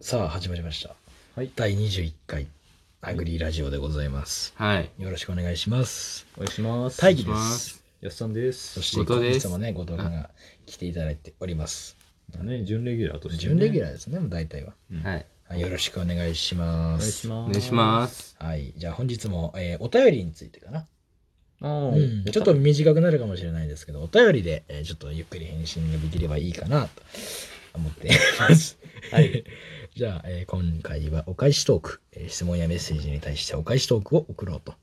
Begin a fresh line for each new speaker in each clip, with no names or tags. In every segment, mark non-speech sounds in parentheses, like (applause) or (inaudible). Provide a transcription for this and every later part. さあ始まりました、
はい
第21回アグリーラジオでございます
はい。
よろしくお願いします
お願いします。
大義
お
で
願いしますす
やっさんです。
そし
後藤
て
です
いつもね後藤君が来ていただいております
ね、準レギュラーとして、
準レギュ
ラー。
ラーですねもう大体は、
はい。
はい、よろしくお願いしま
お願い
す
します。
お願いします。
はいじゃあ本日も、えーお便りについてかな、
あ
う
ー
んちょっと、短くなるかもしれないですけどお便りで、えーちょっとゆっくり返信ができればいいかなと思っています
はい。
(laughs) じゃあ、えー今回はお返しトーク、えー質問やメッセージに対してお返しトークを送ろうと。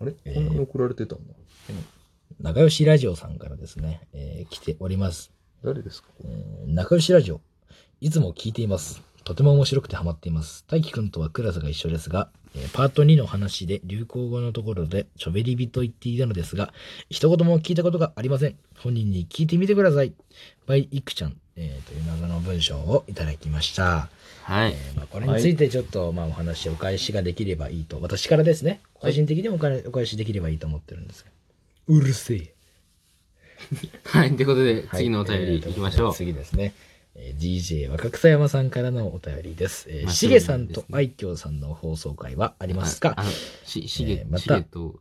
あれ
えー
こんなに送られてたんだ。
仲良しラジオさんからですね、えー来ております、
誰ですか
えー仲良しラジオ、いつも聞いています。とても面白くてハマっています。大輝くんとはクラスが一緒ですが、えーパート2の話で流行語のところでちょべりびと言っていたのですが、一言も聞いたことがありません。本人に聞いてみてください。バイイクちゃん、えーという謎の文章をいただきました。
はい。
えーまあ、これについてちょっと、まあ、お話お返しができればいいと私からですね個人的にもお返お返しできればいいと思ってるんですがうるせえ、
はい。ということで、
はい
次のお便り
えー
いきましょう。
次ですね、えー DJ 若草山さんからのお便りです、えー
まあ
しげさん
そうで
と
すね
愛嬌さんの放送会はあります
ああ
か
の、し、し
え
げ
ー、また
しげと、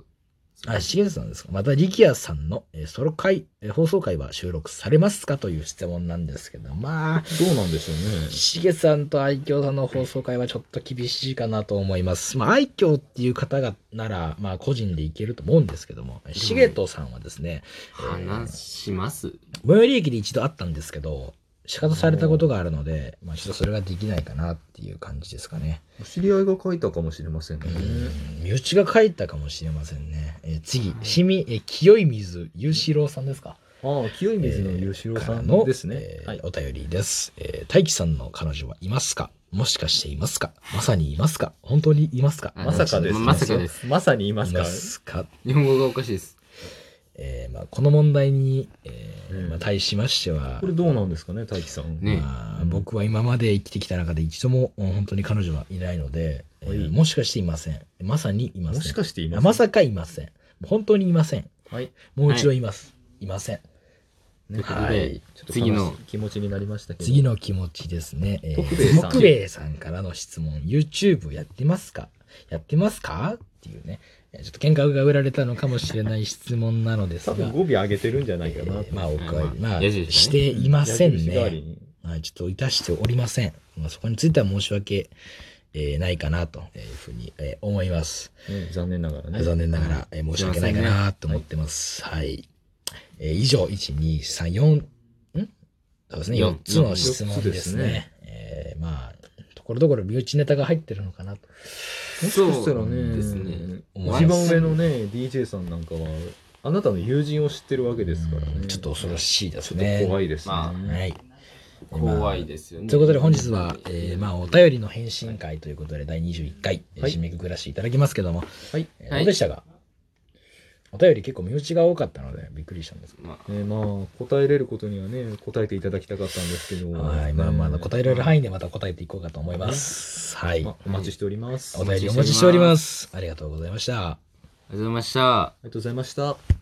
あしげさんですかまた力也さんの、えーソロ会、えー放送会は収録されますかという質問なんですけどまあ
どうなんでしょうね。
しげさんと愛嬌さんの放送会はちょっと厳しいかなと思います。まあ、愛嬌っていう方がなら、まあ、個人でいけると思うんですけども、しげとさんはですね、
話します。
最寄り駅で一度会ったんですけど、仕方されたことがあるので、まあ、ちょっとそれができないかなっていう感じですかね。
お知り合いが書いたかもしれませんね。
うん身内が書いたかもしれませんね。えー次、しみ、えー清い水、ゆうしろうさんですか
ああ、清水の吉郎さん
の
ですね。
えー
はい。
お便りです、えー大輝さんの彼女はいますかもしかしていますかまさにいますか本当にいますか
あ
まさかです、ね。
まさかです。
まさにいま
い
すか
ま
ら。
すか
日本語がおかしいです。
えーまあ、この問題に、えー
うん
まあ、対しましては
こ、れどうなんですかね、大輝さん。
ね
まあ、僕は今まで生きてきた中で一度もうん本当に彼女はいないので、えー
はい
もしかしていませんまさにいません
もしかしていま
あ
す
まさかいません本当にいません
はい。
もう一度言います、い、ません
ね
ということ
は
で、
い
ちょっと悲しい
次の
気持ちになりましたけど。
次。の気持ちですね、えー
徳兵衛さん
徳兵衛さんからの質問 YouTube やってますかやってますかっていうねえーちょっと喧嘩が売られたのかもしれない質問なのです
多
が
分語尾上げてるんじゃないかなと。
えーまあ、おかわり、
まあ
まあ、
矢印ね
していません
矢印代わ
ね。
りに
はい、ちょっといたしておりません。まあ、そこについては申し訳、えーないかなというふうに、えー思います。
ね残念ながらね。
残念ながら、えー申し訳ないか
すいま
なと思ってます。はい。えー以上、1、2、3、4、んそうですね、
四
4つの質問ですね。えーまあ、ところどころ身内ネタが入ってるのかなと。
もしかしたらね、
ですね。
思い
一
ま
番
す
上のね、DJ さんなんかは、あなたの友人を知ってるわけですから
う
ね。
んちょっと恐ろしいで
ち
す
ょっと
ね。
怖いですね。
ま
は
はい
い。
怖いですよね。
ということで本日は、えーまあ、お便りの返信会ということで第21回、えー
はい
締めくくらせていただきますけども、
はい
えー
はい
どうでしたか、お便り結構身内が多かったのでびっくりしたんです
まあ、
ねまあ、答えれることにはね、答えていただきたかったんですけど、
が、はいまあまあ
ね
答えられる範囲でまた答えていこうかと思います、はい、
まあお待ちしております。
お
あり
便りお待ちしておりますありがとうございました
ありがとうございました。
がとうございました。